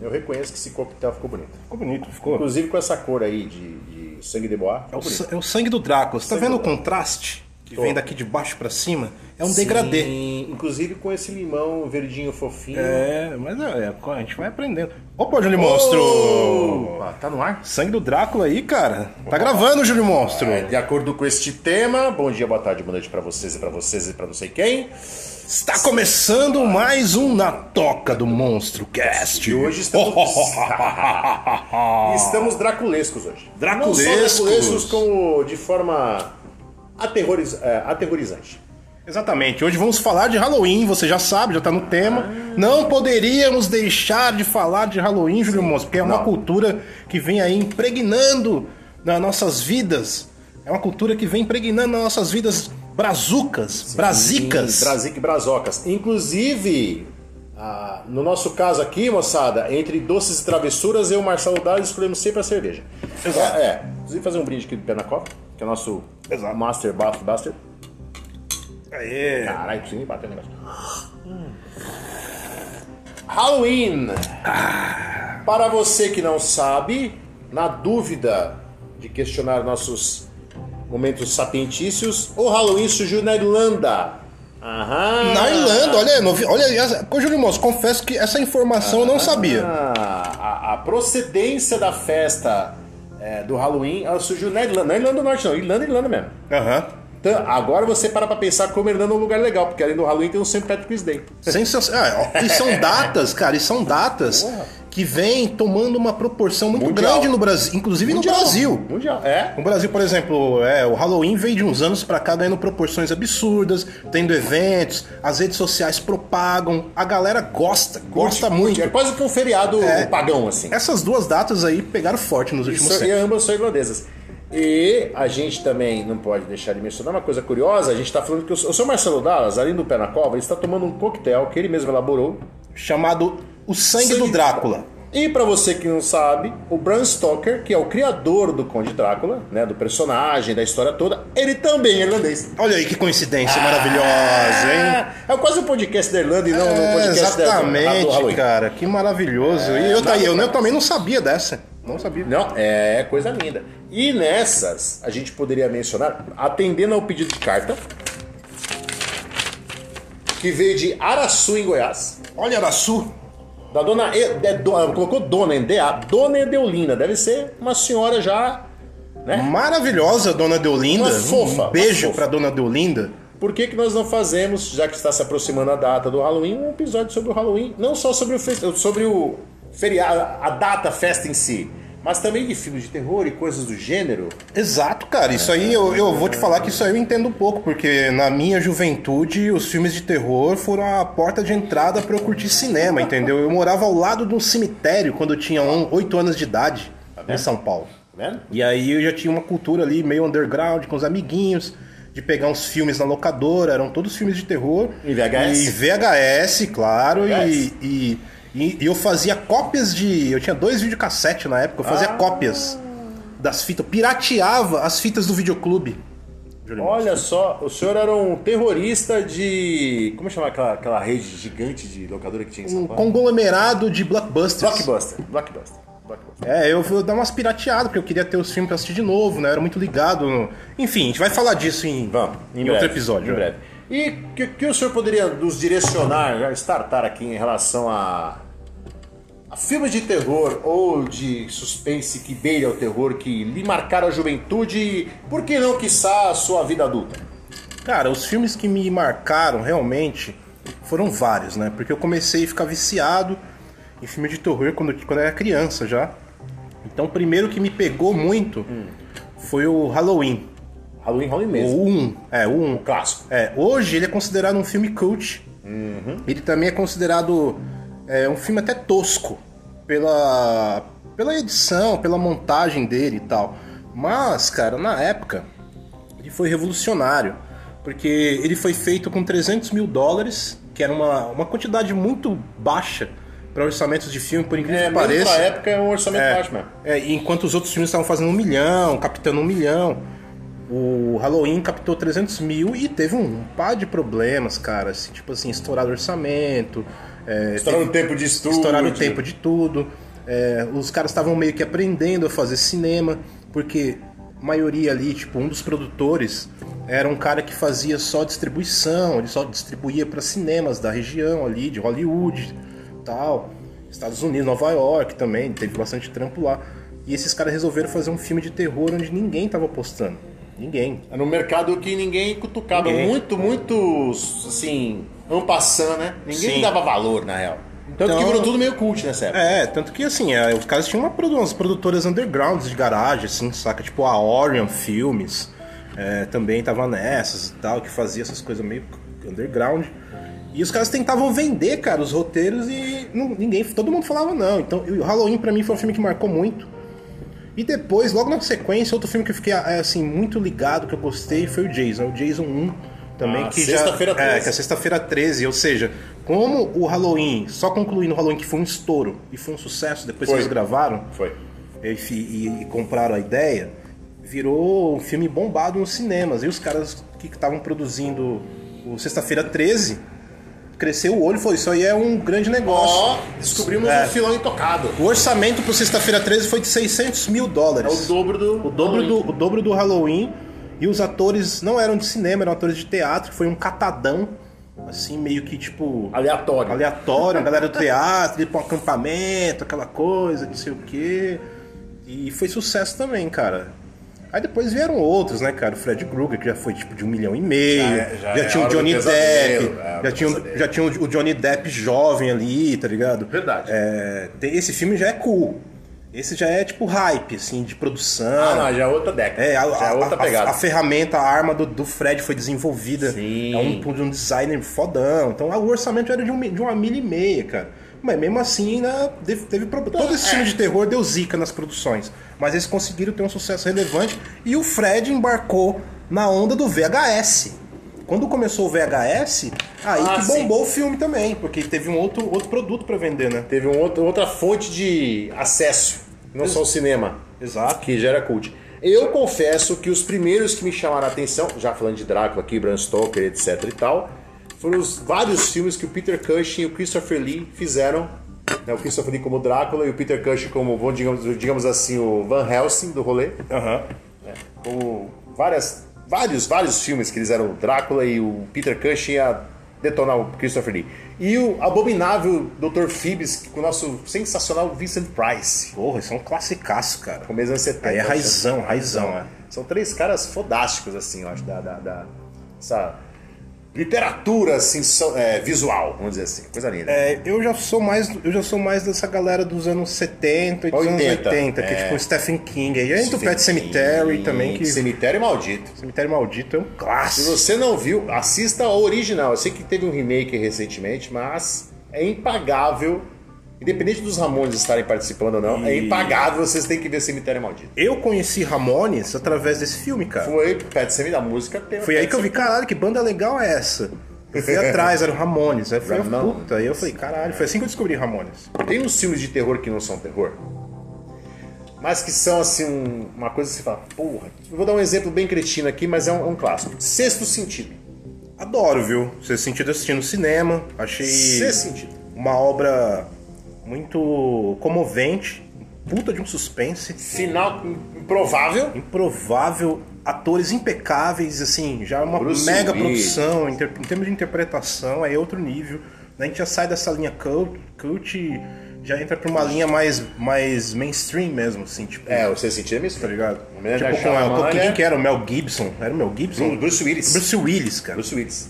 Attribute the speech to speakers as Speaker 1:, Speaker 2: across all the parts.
Speaker 1: Eu reconheço que esse coquetel ficou bonito.
Speaker 2: Ficou Tá bonito, ficou.
Speaker 1: Inclusive com essa cor aí de, de sangue de boa.
Speaker 2: É o, sa- é o sangue do Drácula. Você tá
Speaker 1: Sangue
Speaker 2: vendo o
Speaker 1: do Drácula.
Speaker 2: contraste que
Speaker 1: Tô.
Speaker 2: vem daqui de baixo pra cima? É um degradê.
Speaker 1: Inclusive com esse limão verdinho fofinho.
Speaker 2: É, mas é, é, a gente vai aprendendo. Opa, Júlio Monstro!
Speaker 1: Opa, tá no ar?
Speaker 2: Oh! Sangue do Drácula aí, cara. Tá gravando, Júlio Monstro.
Speaker 1: É, de acordo com este tema, bom dia, boa tarde, boa noite pra vocês e pra vocês e pra não sei quem.
Speaker 2: Está começando mais um Na Toca do Monstro Cast.
Speaker 1: E hoje estamos- E estamos draculescos hoje.
Speaker 2: Ah. Draculescos.
Speaker 1: Não só draculescos como de forma aterroriz- é, aterrorizante.
Speaker 2: Exatamente, hoje vamos falar de Halloween, você já sabe, já tá no tema. Não poderíamos deixar de falar de Halloween, Júlio Monstro, porque é uma
Speaker 1: Não.
Speaker 2: cultura que vem aí impregnando nas nossas vidas. É uma cultura que vem impregnando nas nossas vidas brazucas, brasicas.
Speaker 1: Brasic Brazocas. Inclusive, ah, no nosso caso aqui, moçada, entre doces e travessuras, eu e o Marcelo Dali escolhemos sempre a cerveja.
Speaker 2: Exato.
Speaker 1: É, é. inclusive fazer um brinde aqui do Pé na Copa, que é o nosso
Speaker 2: Exato. É.
Speaker 1: Master Bath Buster.
Speaker 2: Aê.
Speaker 1: Caralho, preciso nem bater o negócio. Halloween! Para você que não sabe, na dúvida de questionar nossos momentos sapientícios, o Halloween surgiu na Irlanda. Aham.
Speaker 2: Na Irlanda, olha, aí, novi- olha, aí, essa- Ô, Júlio Monstro, confesso que essa informação eu não sabia.
Speaker 1: Ah, a, a procedência da festa eh, do Halloween ela surgiu na Irlanda. Na Irlanda do Norte, não. Irlanda, Irlanda mesmo.
Speaker 2: Aham.
Speaker 1: Então, agora você para pra pensar como a Irlanda é um lugar legal, porque além do Halloween tem o St. Patrick's Day.
Speaker 2: Sensacional. Ah, ó, e são datas, cara, e são datas que vem tomando uma proporção muito
Speaker 1: Mundial.
Speaker 2: grande no Brasil, inclusive
Speaker 1: Mundial.
Speaker 2: no Brasil.
Speaker 1: Mundial. É?
Speaker 2: No Brasil, por exemplo, é, o Halloween veio de uns anos pra cá ganhando proporções absurdas, tendo eventos, as redes sociais propagam, a galera gosta, gosta muito.
Speaker 1: É quase que um feriado
Speaker 2: É.
Speaker 1: pagão, assim.
Speaker 2: Essas duas datas aí pegaram forte nos
Speaker 1: E
Speaker 2: últimos
Speaker 1: são- e
Speaker 2: tempos.
Speaker 1: ambas são irlandesas. E a gente também não pode deixar de mencionar uma coisa curiosa. A gente tá falando que o, o seu Marcelo Dallas, ali no Pé na Cova, ele está tomando um coquetel que ele mesmo elaborou.
Speaker 2: Chamado O Sangue, do Drácula.
Speaker 1: E pra você que não sabe, o Bram Stoker, que é o criador do Conde Drácula, né, do personagem, da história toda, ele também é irlandês.
Speaker 2: Olha aí que coincidência maravilhosa, hein?
Speaker 1: Ah, É quase um podcast da Irlanda e não um
Speaker 2: É,
Speaker 1: podcast da- do
Speaker 2: exatamente,
Speaker 1: Halloween. É,
Speaker 2: cara. Que maravilhoso. e eu, tá aí, eu, eu também não sabia dessa. Não sabia.
Speaker 1: Não, é coisa linda. E nessas, a gente poderia mencionar, atendendo ao pedido de carta, que veio de Araçu, em Goiás,
Speaker 2: Olha, Araçu.
Speaker 1: da dona. E, de- do- ela colocou dona, DA, dona Edeolina. Deve ser uma senhora já. Né?
Speaker 2: Maravilhosa, Dona Deolinda.
Speaker 1: Uma fofa,
Speaker 2: um beijo
Speaker 1: uma fofa.
Speaker 2: pra Dona Deolinda.
Speaker 1: Por que, que nós não fazemos, já que está se aproximando a data do Halloween, um episódio sobre o Halloween? Não só sobre o, fe- sobre o feriado, a data, a festa em si, mas também de filmes de terror e coisas do gênero.
Speaker 2: Exato, cara. Isso aí, eu, eu vou te falar que isso aí eu entendo um pouco, porque na minha juventude, os filmes de terror foram a porta de entrada pra eu curtir cinema, entendeu? Eu morava ao lado de um cemitério quando eu tinha um- oito anos de idade, em São Paulo.
Speaker 1: Tá vendo?
Speaker 2: E aí eu já tinha uma cultura ali meio underground com os amiguinhos, de pegar uns filmes na locadora, eram todos filmes de terror.
Speaker 1: Em VHS?
Speaker 2: E VHS, claro,
Speaker 1: VHS.
Speaker 2: E, e, e- e eu fazia cópias de. Eu tinha dois videocassete na época, eu fazia
Speaker 1: Ah.
Speaker 2: cópias das fitas, pirateava as fitas do videoclube. Júlio Montes.
Speaker 1: Olha só, o senhor era um terrorista de. Como chama aquela, aquela rede gigante de locadora que tinha em São
Speaker 2: Um
Speaker 1: Paulo?
Speaker 2: conglomerado de blockbusters.
Speaker 1: Blockbuster. Blockbuster. Blockbuster.
Speaker 2: É, eu vou dar umas pirateadas, porque eu queria ter os filmes pra assistir de novo, né? Eu era muito ligado. no- Enfim, a gente vai falar disso em,
Speaker 1: Vamos, em,
Speaker 2: em
Speaker 1: breve,
Speaker 2: outro episódio.
Speaker 1: Em
Speaker 2: né?
Speaker 1: breve. E o que, que o senhor poderia nos direcionar, já startar aqui em relação a. a filmes de terror ou de suspense que beira o terror, que lhe marcaram a juventude e, por que não, quiçá, a sua vida adulta?
Speaker 2: Cara, os filmes que me marcaram realmente foram vários, né? Porque eu comecei a ficar viciado em filme de terror quando, quando eu era criança já. Então, o primeiro que me pegou muito foi o Halloween,
Speaker 1: Halloween, Halloween mesmo.
Speaker 2: ou o 1. É, o 1.
Speaker 1: O clássico.
Speaker 2: É, hoje ele é considerado um filme cult. Ele também é considerado é, um filme até tosco pela, pela edição, pela montagem dele e tal. Mas, cara, na época ele foi revolucionário. Porque ele foi feito com 300 mil dólares, que era uma, uma quantidade muito baixa para orçamentos de filme, por incrível
Speaker 1: É,
Speaker 2: que
Speaker 1: mesmo
Speaker 2: pareça.
Speaker 1: pra época é um orçamento baixo mesmo.
Speaker 2: É, enquanto os outros filmes estavam fazendo um milhão, captando um milhão. O Halloween captou 300 mil e teve um par de problemas, cara. Assim, tipo assim, estourado orçamento,
Speaker 1: É, Estouraram o tempo de estudo.
Speaker 2: Estouraram o tempo de tudo. É, os caras estavam meio que aprendendo a fazer cinema, porque a maioria ali, tipo, um dos produtores era um cara que fazia só distribuição, ele só distribuía para cinemas da região ali, de Hollywood tal. Estados Unidos, Nova York também, teve bastante trampo lá. E esses caras resolveram fazer um filme de terror onde ninguém tava postando. Ninguém.
Speaker 1: Era um mercado que ninguém cutucava.
Speaker 2: Ninguém.
Speaker 1: Muito, muito, assim, ampassando, né? Ninguém
Speaker 2: Sim.
Speaker 1: dava valor, na real. Tanto
Speaker 2: Então-
Speaker 1: que virou tudo meio cult nessa época.
Speaker 2: É, tanto que assim, é, os caras tinham uma produ- umas produtoras undergrounds de garagem, assim, saca? Tipo a Orion Filmes é, também tava nessas e tal, que fazia essas coisas meio underground. E os caras tentavam vender, cara, os roteiros e não- ninguém, todo mundo falava não. Então, e o Halloween pra mim foi um filme que marcou muito. E depois, logo na sequência, outro filme que eu fiquei é, assim muito ligado, que eu gostei, foi o Jason, o Jason 1 também
Speaker 1: Ah,
Speaker 2: que
Speaker 1: Sexta-feira
Speaker 2: já é,
Speaker 1: 13.
Speaker 2: que é sexta-feira 13, ou seja, como o Halloween, só concluindo o Halloween que foi um estouro e foi um sucesso, depois
Speaker 1: Foi.
Speaker 2: que eles gravaram
Speaker 1: Foi.
Speaker 2: e, fi- e- e compraram a ideia, virou um filme bombado nos cinemas. E os caras que estavam produzindo o Sexta-feira 13 cresceu o olho e falou: Isso aí é um grande negócio.
Speaker 1: Ó, descobrimos
Speaker 2: É.
Speaker 1: um filão intocado.
Speaker 2: O orçamento pro Sexta-feira 13 foi de 600 mil
Speaker 1: É o
Speaker 2: dólares.
Speaker 1: dobro do.
Speaker 2: O dobro do, o dobro do Halloween. E os atores não eram de cinema, eram atores de teatro. Foi um catadão, assim, meio que tipo.
Speaker 1: Aleatório.
Speaker 2: Aleatório, a galera do teatro, ir pra um acampamento, aquela coisa, não sei o quê. E foi sucesso também, cara. Aí depois vieram outros, né, cara? O Fred Krueger, que já foi tipo de um milhão e meio.
Speaker 1: Já
Speaker 2: Já,
Speaker 1: é- já é a
Speaker 2: tinha o
Speaker 1: hora do
Speaker 2: Johnny
Speaker 1: pesadelo, é
Speaker 2: Depp.
Speaker 1: a hora
Speaker 2: já,
Speaker 1: do
Speaker 2: tinha, o-
Speaker 1: pesadelo.
Speaker 2: já tinha o Johnny Depp jovem ali, tá ligado?
Speaker 1: Verdade.
Speaker 2: É, tem- esse filme já é cool. Esse já é tipo hype, assim, de produção.
Speaker 1: Ah, não, já é outra década.
Speaker 2: É, a,
Speaker 1: já é
Speaker 2: a-
Speaker 1: outra
Speaker 2: a-
Speaker 1: pegada.
Speaker 2: a ferramenta, a arma do, do Fred foi desenvolvida.
Speaker 1: Sim.
Speaker 2: É um, por um designer fodão. Então ah, o orçamento era de, um, mi- de uma milha e meia, cara. Mas mesmo assim, né, teve, teve problema. Todo esse
Speaker 1: é.
Speaker 2: filme de terror deu zica nas produções. Mas eles conseguiram ter um sucesso relevante. E o Fred embarcou na onda do VHS. Quando começou o VHS, aí
Speaker 1: Ah,
Speaker 2: que
Speaker 1: sim.
Speaker 2: bombou o filme também. Porque teve um outro, outro produto pra vender, né?
Speaker 1: Teve um outro- outra fonte de acesso, não só o cinema.
Speaker 2: Exato.
Speaker 1: Que gera cult. Eu confesso que os primeiros que me chamaram a atenção, já falando de Drácula aqui, Bram Stoker, etc e tal, foram os vários filmes que o Peter Cushing e o Christopher Lee fizeram. né, o Christopher Lee como Drácula e o Peter Cushing como, vamos, digamos, digamos assim, o Van Helsing do rolê.
Speaker 2: Aham.
Speaker 1: Com várias, vários, vários filmes que eles eram o Drácula e o Peter Cushing a detonar o Christopher Lee. E o abominável Dr. Phoebes com o nosso sensacional Vincent Price.
Speaker 2: Porra, isso é um classicaço, cara.
Speaker 1: Começo dos anos 70.
Speaker 2: Aí é
Speaker 1: né?
Speaker 2: raizão, raizão, é.
Speaker 1: São três caras fodásticos, assim, eu acho, da... da, da- essa literatura, assim, so- é, visual, vamos dizer assim. Coisa linda.
Speaker 2: É, eu já sou mais eu já sou mais dessa galera dos anos 70 e dos
Speaker 1: 80,
Speaker 2: anos 80, que
Speaker 1: é.
Speaker 2: é tipo Stephen King. Aí entra o
Speaker 1: Stephen
Speaker 2: Pet Cemetery
Speaker 1: King,
Speaker 2: também, que
Speaker 1: Cemitério Maldito.
Speaker 2: Cemitério Maldito é um
Speaker 1: Se
Speaker 2: clássico.
Speaker 1: você não viu, assista ao original. Eu sei que teve um remake recentemente, mas é impagável. Independente dos Ramones estarem participando ou não, é
Speaker 2: E-
Speaker 1: impagável, vocês têm que ver Cemitério Maldito.
Speaker 2: Eu conheci Ramones através desse filme, cara. Foi,
Speaker 1: Foi Pet Semi da música. tem-
Speaker 2: aí que eu vi, caralho, que banda legal é essa? Eu fui atrás, era o Ramones. Aí eu falei,
Speaker 1: Ramones.
Speaker 2: puta, aí eu falei, caralho, foi assim que eu descobri Ramones.
Speaker 1: Tem uns filmes de terror que não são terror, mas que são assim, um- uma coisa que você fala, porra. Eu vou dar um exemplo bem cretino aqui, mas é um, é um clássico. Sexto Sentido.
Speaker 2: Adoro, viu? Você sentido assistindo cinema, achei.
Speaker 1: Sexto Sentido.
Speaker 2: uma obra muito comovente, puta de um suspense,
Speaker 1: Final improvável.
Speaker 2: improvável, atores impecáveis, assim, já é uma
Speaker 1: Bruce
Speaker 2: mega
Speaker 1: Willis.
Speaker 2: produção, inter- em termos de interpretação, é outro nível. A gente já sai dessa linha cult, cult e já entra pra uma linha mais, mais mainstream mesmo, assim, tipo,
Speaker 1: É, o Sexto Sentido é mesmo.
Speaker 2: tá ligado?
Speaker 1: Homenagem
Speaker 2: Tipo,
Speaker 1: a
Speaker 2: com a, com
Speaker 1: Shyamalan,
Speaker 2: quem
Speaker 1: né?
Speaker 2: que era? O Mel Gibson? Era o Mel Gibson?
Speaker 1: Bruce Willis.
Speaker 2: Bruce Willis, cara.
Speaker 1: Bruce Willis.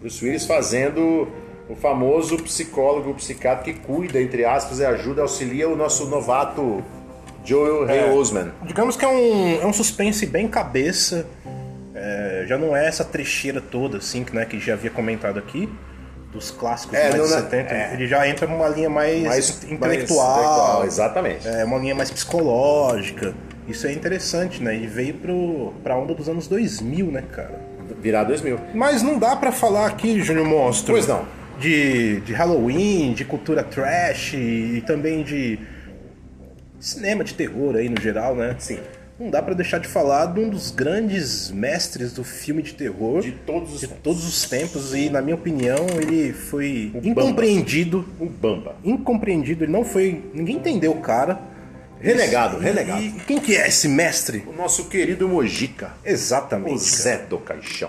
Speaker 1: Bruce Willis fazendo o famoso psicólogo, psiquiatra que cuida, entre aspas, e ajuda, auxilia o nosso novato Joel Ray Osman.
Speaker 2: Digamos que é um, é um suspense bem cabeça. É, já não é essa trecheira toda, assim, que, né, que já havia comentado aqui, dos clássicos
Speaker 1: É,
Speaker 2: mais
Speaker 1: não,
Speaker 2: de
Speaker 1: não-
Speaker 2: 70.
Speaker 1: é.
Speaker 2: Ele já entra numa linha mais, intelectual.
Speaker 1: exatamente.
Speaker 2: É uma linha mais psicológica. Isso é interessante, né? Ele veio pro, pra onda dos anos 2000, né, cara?
Speaker 1: Virar 2000.
Speaker 2: Mas não dá pra falar aqui, Júnior Monstro.
Speaker 1: Pois não.
Speaker 2: De, de Halloween, de cultura trash e também de cinema de terror aí no geral, né?
Speaker 1: Sim.
Speaker 2: não dá pra deixar de falar de um dos grandes mestres do filme de terror
Speaker 1: De todos os
Speaker 2: de todos os tempos e na minha opinião ele foi
Speaker 1: Bamba.
Speaker 2: incompreendido,
Speaker 1: O Bamba.
Speaker 2: incompreendido, ele não foi, ninguém entendeu o cara.
Speaker 1: Renegado,
Speaker 2: Esse-
Speaker 1: renegado.
Speaker 2: E quem que é esse mestre?
Speaker 1: O nosso querido Mojica.
Speaker 2: Exatamente.
Speaker 1: O
Speaker 2: cara.
Speaker 1: Zé do Caixão.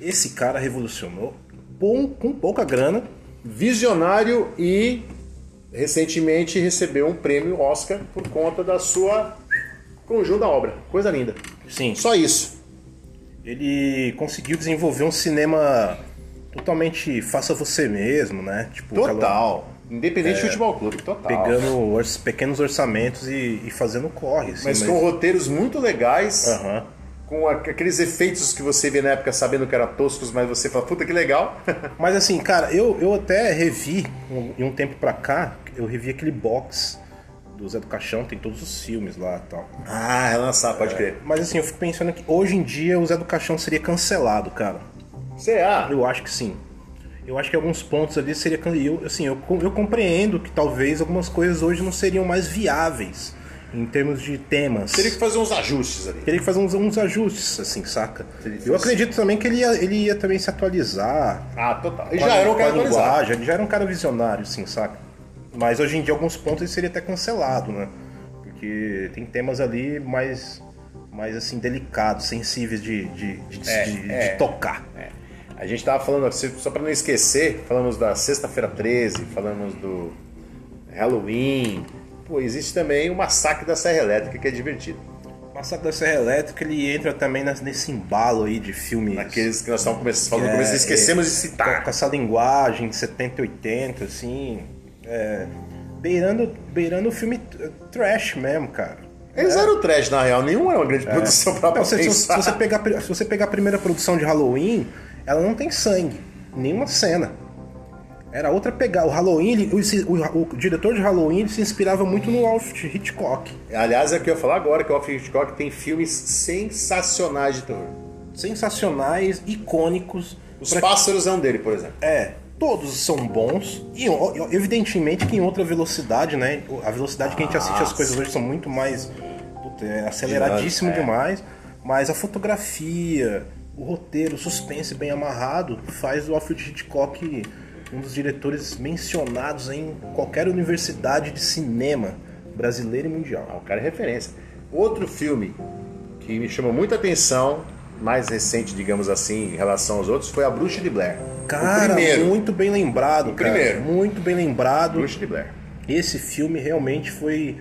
Speaker 2: Esse cara revolucionou com, com pouca grana.
Speaker 1: Visionário e recentemente recebeu um prêmio Oscar por conta da sua conjunta obra. Coisa linda.
Speaker 2: Sim.
Speaker 1: Só isso.
Speaker 2: Ele conseguiu desenvolver um cinema totalmente faça você mesmo, né? Tipo, aquela-
Speaker 1: Total. Independente do futebol clube, total.
Speaker 2: pegando ors- pequenos orçamentos e, e fazendo corre. Assim,
Speaker 1: mas com roteiros muito legais,
Speaker 2: Aham.
Speaker 1: com a- aqueles efeitos que você vê na época sabendo que era toscos, mas você fala, puta que legal.
Speaker 2: Mas assim, cara, eu, eu até revi, um- de um tempo pra cá, eu revi aquele box do Zé do Caixão, tem todos os filmes lá e tal.
Speaker 1: ah, relançar, pode crer.
Speaker 2: Mas assim, eu fico pensando que hoje em dia o Zé do Caixão seria cancelado, cara.
Speaker 1: Será?
Speaker 2: Eu acho que sim. Eu acho que alguns pontos ali seria can- e eu, assim, eu, com- eu compreendo que talvez algumas coisas hoje não seriam mais viáveis em termos de temas.
Speaker 1: Teria que fazer uns ajustes ali.
Speaker 2: Teria que fazer uns, uns ajustes, assim, saca?
Speaker 1: Teria que
Speaker 2: Eu
Speaker 1: fazer-
Speaker 2: acredito também que ele ia, ele ia também se atualizar.
Speaker 1: Ah, total. E
Speaker 2: com
Speaker 1: já
Speaker 2: a-
Speaker 1: era um
Speaker 2: com a
Speaker 1: cara atualizado.
Speaker 2: linguagem, Ele já era um cara visionário, assim, saca? Mas hoje em dia, alguns pontos ele seria até cancelado, né? Porque tem temas ali mais, mais assim, delicados, sensíveis de, de, de- de-
Speaker 1: É,
Speaker 2: de- de
Speaker 1: é.
Speaker 2: tocar.
Speaker 1: A gente tava falando, só pra não esquecer, falamos da sexta-feira 13, falamos do Halloween. Pô, existe também o massacre da Serra Elétrica, que é divertido.
Speaker 2: Massacre da Serra Elétrica, ele entra também nas- nesse embalo aí de filmes.
Speaker 1: Naqueles que nós estávamos começando, falando no
Speaker 2: É,
Speaker 1: começo, esquecemos
Speaker 2: é,
Speaker 1: de citar.
Speaker 2: Com essa linguagem de 70 e 80, assim. é, beirando, beirando o filme t- trash mesmo, cara.
Speaker 1: Eles eram É trash, na real, nenhum era uma grande produção pra
Speaker 2: Não, se, se- se
Speaker 1: pensar.
Speaker 2: você pegar, pri- se você pegar a primeira produção de Halloween, ela não tem sangue. Nenhuma cena. Era outra pegar. O Halloween, ele- o, se- o- o diretor de Halloween ele se inspirava muito no Alfred Hitchcock.
Speaker 1: Aliás, é o que eu ia falar agora, que o Alfred Hitchcock tem filmes sensacionais de terror.
Speaker 2: Sensacionais, icônicos.
Speaker 1: Os
Speaker 2: pra
Speaker 1: Pássaros é um dele, por exemplo.
Speaker 2: É, todos são bons. E ó, evidentemente que em outra velocidade, né? A velocidade que a gente assiste
Speaker 1: Ah,
Speaker 2: as coisas hoje são muito mais. Puta, é aceleradíssimo
Speaker 1: Dinâmica, é.
Speaker 2: demais. Mas a fotografia, o roteiro, o suspense bem amarrado faz o Alfred Hitchcock um dos diretores mencionados em qualquer universidade de cinema brasileira e
Speaker 1: Ah,
Speaker 2: mundial.
Speaker 1: o cara é referência. Outro filme que me chamou muita atenção, mais recente, digamos assim, em relação aos outros, foi A Bruxa de Blair. o
Speaker 2: Cara,
Speaker 1: primeiro.
Speaker 2: muito bem lembrado,
Speaker 1: O
Speaker 2: cara.
Speaker 1: primeiro.
Speaker 2: Muito bem lembrado.
Speaker 1: Bruxa de Blair.
Speaker 2: Esse filme realmente foi.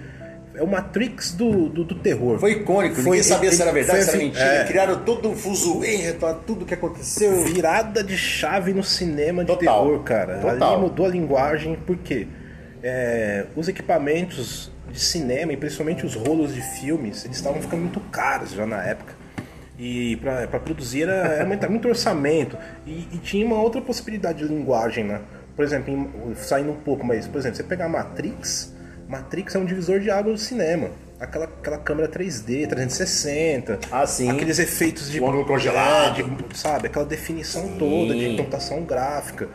Speaker 2: É o Matrix do, do, do terror.
Speaker 1: Foi icônico,
Speaker 2: Foi-
Speaker 1: ninguém sabia
Speaker 2: ele-
Speaker 1: se era verdade,
Speaker 2: foi
Speaker 1: se era
Speaker 2: assim,
Speaker 1: mentira.
Speaker 2: é.
Speaker 1: Criaram todo um fuzuê, em redor de tudo que aconteceu.
Speaker 2: Virada de chave no cinema de
Speaker 1: Total.
Speaker 2: terror, cara.
Speaker 1: Total.
Speaker 2: Ali mudou a linguagem, porque é, os equipamentos de cinema, e principalmente os rolos de filmes, eles estavam ficando muito caros já na época. E pra, pra produzir era, era muito, muito orçamento. E, e tinha uma outra possibilidade de linguagem, né? Por exemplo, em- saindo um pouco, mas, por exemplo, você pegar Matrix, Matrix é um divisor de água do cinema. Aquela, aquela câmera 3D, 360,
Speaker 1: Ah, sim.
Speaker 2: aqueles efeitos de
Speaker 1: Ângulo congelado.
Speaker 2: é, de- sabe? Aquela definição toda de computação gráfica.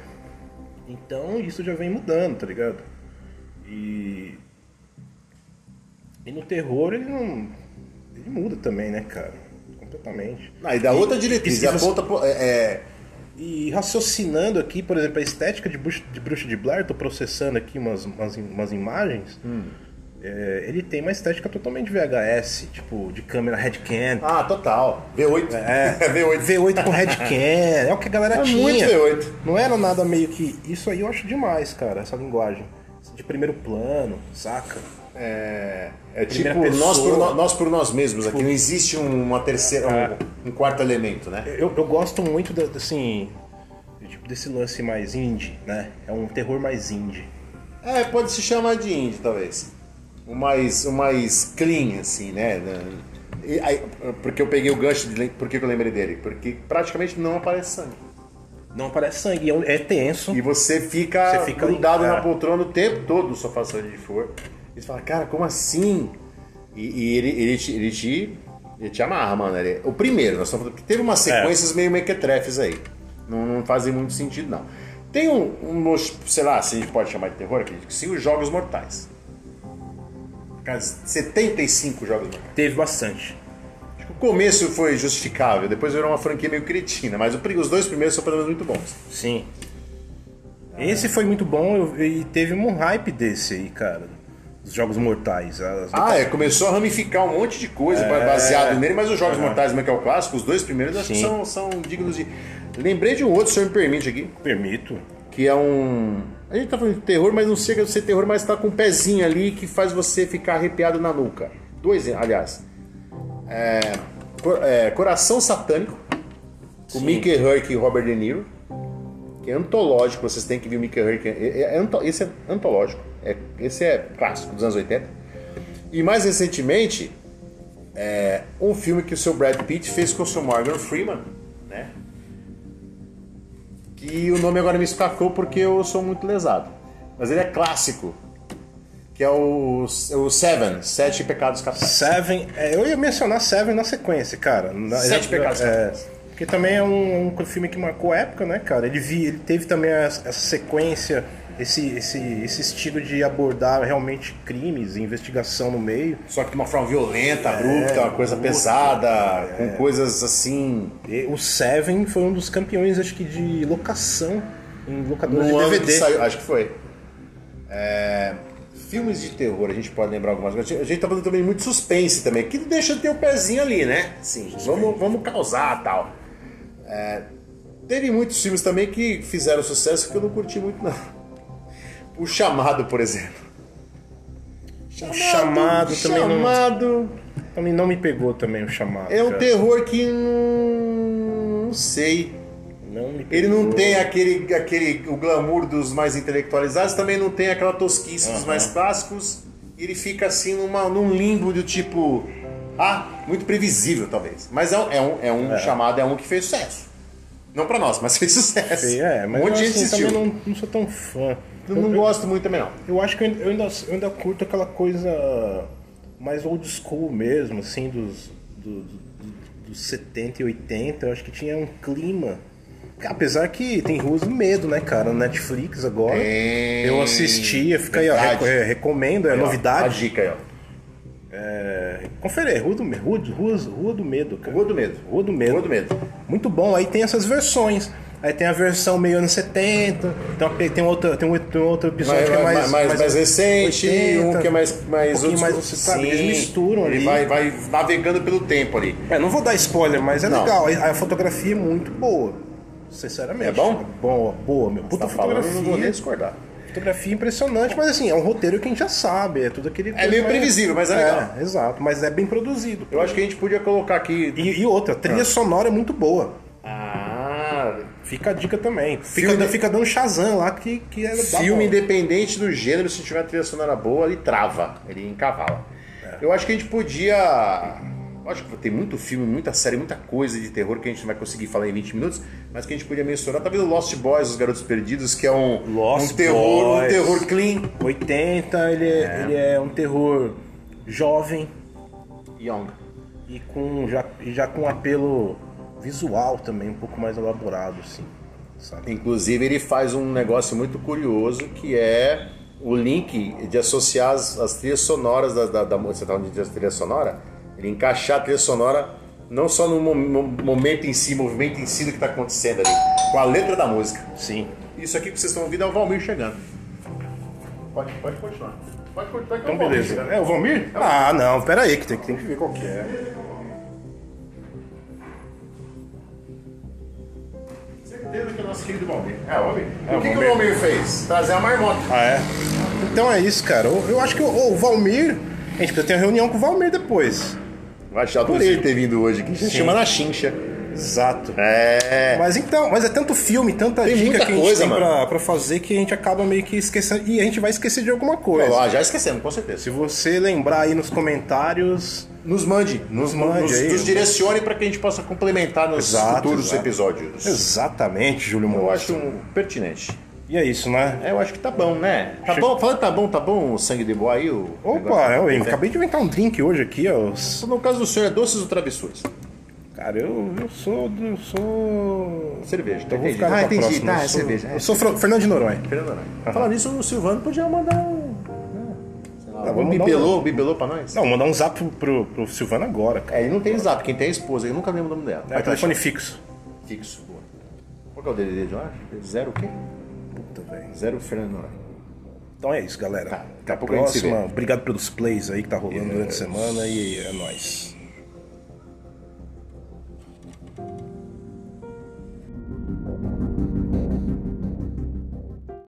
Speaker 2: Então isso já vem mudando, tá ligado? E. E no terror ele não. Ele muda também, né, cara? Completamente.
Speaker 1: Ah, e da outra diretriz,
Speaker 2: e- e
Speaker 1: e,
Speaker 2: você-
Speaker 1: aponta pro- é, é,
Speaker 2: E raciocinando aqui, por exemplo, a estética de Bruxa de, Bruxa de Blair, tô processando aqui umas, umas, im- umas imagens.
Speaker 1: Hum.
Speaker 2: é, ele tem uma estética totalmente VHS, tipo, de câmera headcam.
Speaker 1: Ah, total. V8.
Speaker 2: É,
Speaker 1: V8.
Speaker 2: V8 com headcan, é o que a galera
Speaker 1: É
Speaker 2: tinha.
Speaker 1: muito V8.
Speaker 2: Não era nada meio que. Isso aí eu acho demais, cara, essa linguagem. De primeiro plano, saca?
Speaker 1: É, é
Speaker 2: Primeira
Speaker 1: tipo
Speaker 2: pessoa. Tipo,
Speaker 1: nós por, no- nós por nós mesmos aqui. Não existe um- uma terceira,
Speaker 2: é.
Speaker 1: um, um quarto elemento, né?
Speaker 2: Eu, eu gosto muito da, assim. Tipo, desse lance mais indie, né? É um terror mais indie.
Speaker 1: É, pode se chamar de indie, talvez. O mais, o mais clean, assim, né? E aí, porque eu peguei o gancho, de, lem- por que que eu lembrei dele? Porque praticamente não aparece sangue.
Speaker 2: Não parece sangue, é um- é tenso.
Speaker 1: E você fica,
Speaker 2: Você fica
Speaker 1: grudado
Speaker 2: ali,
Speaker 1: na
Speaker 2: é.
Speaker 1: poltrona o tempo todo, só passando de for. E você fala, cara, como assim? E, e ele, ele, te, ele, te, ele te amarra, mano. Ele- o primeiro, nós estamos falando que teve umas
Speaker 2: É.
Speaker 1: sequências meio mequetrefes aí. Não, não fazem muito sentido, não. Tem um, um, sei lá, se a gente pode chamar de terror, acredito que sim, os Jogos Mortais. Cara, 75 Jogos Mortais.
Speaker 2: Teve bastante.
Speaker 1: começo foi justificável, depois virou uma franquia meio cretina, mas o pri- os dois primeiros são pelo menos muito bons.
Speaker 2: Sim. Esse foi muito bom eu- e teve um hype desse aí, cara. Dos Jogos Mortais. As
Speaker 1: Ah, é, começou a ramificar um monte de coisa baseado nele, mas os Jogos
Speaker 2: É. Aham.
Speaker 1: Mortais, como é que é o clássico, os dois primeiros acho que
Speaker 2: Sim.
Speaker 1: são, são dignos de. Lembrei de um outro, se eu me permite aqui,
Speaker 2: Permito.
Speaker 1: que é um. A gente tá falando de terror, mas não chega a ser terror, mas tá com um pezinho ali que faz você ficar arrepiado na nuca. Dois, aliás. É, Cor- é, Coração Satânico, com Mickey Herc e Robert De Niro. Que é antológico, vocês têm que ver o Mickey Herc. É- é anto- esse é antológico. É- esse é clássico dos anos 80. E mais recentemente, é, um filme que o seu Brad Pitt fez com o seu Morgan Freeman, né? Que o nome agora me escapou porque eu sou muito lesado. Mas ele é clássico. Que é o, o Seven, Sete Pecados Capitais.
Speaker 2: Seven. é, eu ia mencionar Seven na sequência, cara. Na-
Speaker 1: Sete
Speaker 2: é,
Speaker 1: Pecados
Speaker 2: É,
Speaker 1: Capitais.
Speaker 2: porque também é um, um filme que marcou época, né, cara? Ele, vi, ele teve também as- essa sequência, esse, esse, esse estilo de abordar realmente crimes, investigação no meio.
Speaker 1: Só que de uma forma
Speaker 2: É,
Speaker 1: violenta, abrupta, uma coisa pesada, com coisas assim.
Speaker 2: E o Seven foi um dos campeões, acho que, de locação em
Speaker 1: No
Speaker 2: locadores de
Speaker 1: ano que
Speaker 2: DVD.
Speaker 1: saiu, acho que foi. É, filmes de terror, a gente pode lembrar algumas coisas. A gente tá falando também muito suspense também, que deixa de ter o pezinho ali, né? Sim, vamos, vamos causar tal. É, teve muitos filmes também que fizeram sucesso que eu não curti muito, não. O Chamado, por exemplo.
Speaker 2: O Chamado também não-
Speaker 1: Chamado
Speaker 2: Também não me pegou também o chamado.
Speaker 1: é um
Speaker 2: cara.
Speaker 1: terror que não, não sei.
Speaker 2: Não me
Speaker 1: Ele não
Speaker 2: pegou.
Speaker 1: tem aquele, aquele o glamour dos mais intelectualizados, também não tem aquela tosquice dos mais clássicos. E ele fica assim numa, num limbo do tipo. Ah, muito previsível, talvez. Mas é um, é um, é um chamado, é um que fez sucesso. Não pra nós, mas fez sucesso.
Speaker 2: Sei, É, mas
Speaker 1: um monte de
Speaker 2: eu,
Speaker 1: gente
Speaker 2: assim,
Speaker 1: assistiu.
Speaker 2: também não, não sou tão fã.
Speaker 1: Eu não gosto muito também, não.
Speaker 2: Eu acho que eu ainda, eu ainda- eu ainda curto aquela coisa mais old school mesmo, assim, dos, do- do- do- dos 70 e 80. Eu acho que tinha um clima. Apesar que tem Ruas do Medo, né, cara? No Netflix agora.
Speaker 1: Tem.
Speaker 2: Eu assistia, fica aí, ó,
Speaker 1: Verdade.
Speaker 2: reco- é, recomendo, é
Speaker 1: Aí, ó, A
Speaker 2: novidade.
Speaker 1: dica aí, ó.
Speaker 2: É, confere aí, Rua do, Me- Rua, Rua, Rua do Medo, cara.
Speaker 1: Rua do Medo.
Speaker 2: Rua do Medo.
Speaker 1: Rua do Medo.
Speaker 2: Muito bom, aí tem essas versões. Aí tem a versão meio anos 70, tem, uma, tem, outra, tem, um, tem um outro episódio
Speaker 1: mais,
Speaker 2: que é mais,
Speaker 1: mais, mais, mais recente,
Speaker 2: 80,
Speaker 1: um que é mais. mais
Speaker 2: um pouquinho
Speaker 1: old
Speaker 2: mais
Speaker 1: school.
Speaker 2: sabe,
Speaker 1: Sim,
Speaker 2: eles misturam
Speaker 1: ele
Speaker 2: ali.
Speaker 1: Vai, vai navegando pelo tempo ali.
Speaker 2: É, não vou dar spoiler, mas é
Speaker 1: Não.
Speaker 2: legal. A, a fotografia é muito boa. Sinceramente.
Speaker 1: É bom?
Speaker 2: Boa, boa, meu. Puta
Speaker 1: tá falando, eu
Speaker 2: fotografia.
Speaker 1: não vou nem discordar.
Speaker 2: Fotografia impressionante, mas assim, é um roteiro que a gente já sabe, é tudo aquele.
Speaker 1: É meio previsível, mas é legal.
Speaker 2: exato, mas é bem produzido.
Speaker 1: Eu acho que a gente podia colocar aqui.
Speaker 2: E, e outra, a trilha sonora é muito boa.
Speaker 1: Ah,
Speaker 2: Fica a dica também. Fica,
Speaker 1: Filme-
Speaker 2: fica dando Shazam lá que, que é dá
Speaker 1: filme
Speaker 2: bom.
Speaker 1: independente do gênero, se tiver trilha sonora boa, ele trava, ele encavala. Eu acho que a gente podia. Lógico que tem muito filme, muita série, muita coisa de terror que a gente não vai conseguir falar em 20 minutos, mas que a gente podia mencionar. Talvez o Lost Boys, Os Garotos Perdidos, que é um,
Speaker 2: Lost
Speaker 1: um terror, um
Speaker 2: Boys.
Speaker 1: terror clean.
Speaker 2: 80, ele é, ele é um terror jovem
Speaker 1: Young.
Speaker 2: e com já, e já com um apelo visual também, um pouco mais elaborado, assim. Sabe?
Speaker 1: Inclusive, ele faz um negócio muito curioso que é o link de associar as, as trilhas sonoras da, da, da música. Você tá falando de trilha sonora? Ele encaixar a trilha sonora não só no, mo- no momento em si, movimento em si do que está acontecendo ali, com a letra da música.
Speaker 2: Sim.
Speaker 1: Isso aqui que vocês estão ouvindo é o Valmir chegando. Pode, pode continuar. Pode continuar que é o
Speaker 2: Então
Speaker 1: Valmir
Speaker 2: beleza.
Speaker 1: chegando.
Speaker 2: É o Valmir? Ah, não, pera aí que tem, que tem que ver qual que é.
Speaker 1: Certeza que é o nosso querido Valmir. É, o Valmir.
Speaker 2: É,
Speaker 1: o que,
Speaker 2: o
Speaker 1: que o Valmir fez? Trazer a marmota.
Speaker 2: Ah, é? Então é isso, cara. Eu, eu acho que o, o Valmir. A gente precisa ter uma reunião com o Valmir depois.
Speaker 1: Vai achar por ele ter vindo hoje aqui. Se
Speaker 2: Sim.
Speaker 1: chama na chincha.
Speaker 2: Exato.
Speaker 1: É.
Speaker 2: Mas então, mas é tanto filme, tanta
Speaker 1: Tem
Speaker 2: dica
Speaker 1: muita
Speaker 2: que a gente
Speaker 1: coisa,
Speaker 2: tem
Speaker 1: mano.
Speaker 2: pra, pra fazer que a gente acaba meio que esquecendo. E a gente vai esquecer de alguma
Speaker 1: Olha
Speaker 2: coisa.
Speaker 1: lá, Ah, já esquecemos, com certeza.
Speaker 2: Se você lembrar aí nos comentários.
Speaker 1: Nos mande. Nos
Speaker 2: mande
Speaker 1: nos,
Speaker 2: aí.
Speaker 1: Nos direcione para que a gente possa complementar nos
Speaker 2: Exato,
Speaker 1: futuros
Speaker 2: exato.
Speaker 1: episódios.
Speaker 2: Exatamente, Júlio
Speaker 1: Eu
Speaker 2: Moura.
Speaker 1: acho um pertinente.
Speaker 2: E é isso, né?
Speaker 1: É, eu acho que tá bom, né? Tá
Speaker 2: Che-
Speaker 1: bom, falando tá bom, tá bom o sangue de boa aí? O
Speaker 2: Opa,
Speaker 1: negócio? tá
Speaker 2: eu, eu acabei de inventar um drink hoje aqui, ó.
Speaker 1: No caso do senhor, é doces ou travessuras?
Speaker 2: Cara, eu, eu sou. do- Eu sou.
Speaker 1: Cerveja, tá
Speaker 2: Então Eu vou
Speaker 1: entendi.
Speaker 2: ficar
Speaker 1: Ah,
Speaker 2: pra
Speaker 1: entendi,
Speaker 2: próxima.
Speaker 1: tá,
Speaker 2: eu
Speaker 1: é
Speaker 2: sou,
Speaker 1: cerveja, é.
Speaker 2: Eu sou Fro- Fernando de Noronha.
Speaker 1: Fernando, né? Falando nisso, o Silvano podia mandar um. né, Sei lá, Fala,
Speaker 2: Tá,
Speaker 1: um
Speaker 2: vamos dar um-
Speaker 1: bibelô, um bibelô pra nós.
Speaker 2: Não, mandar um zap pro, pro, pro Silvano agora, cara.
Speaker 1: É, ele não tem zap, quem tem é a esposa, eu nunca lembro o nome dela. tá
Speaker 2: É, telefone fixo.
Speaker 1: fixo, boa. Qual que é o DDD de lá? Zero o quê?
Speaker 2: Puta, velho.
Speaker 1: Zero Fernando Noronha.
Speaker 2: Então é isso, galera.
Speaker 1: Tá, daqui a
Speaker 2: Até a
Speaker 1: pouco a gente se
Speaker 2: próxima.
Speaker 1: vê.
Speaker 2: Obrigado pelos plays aí que tá rolando durante a semana e é nóis.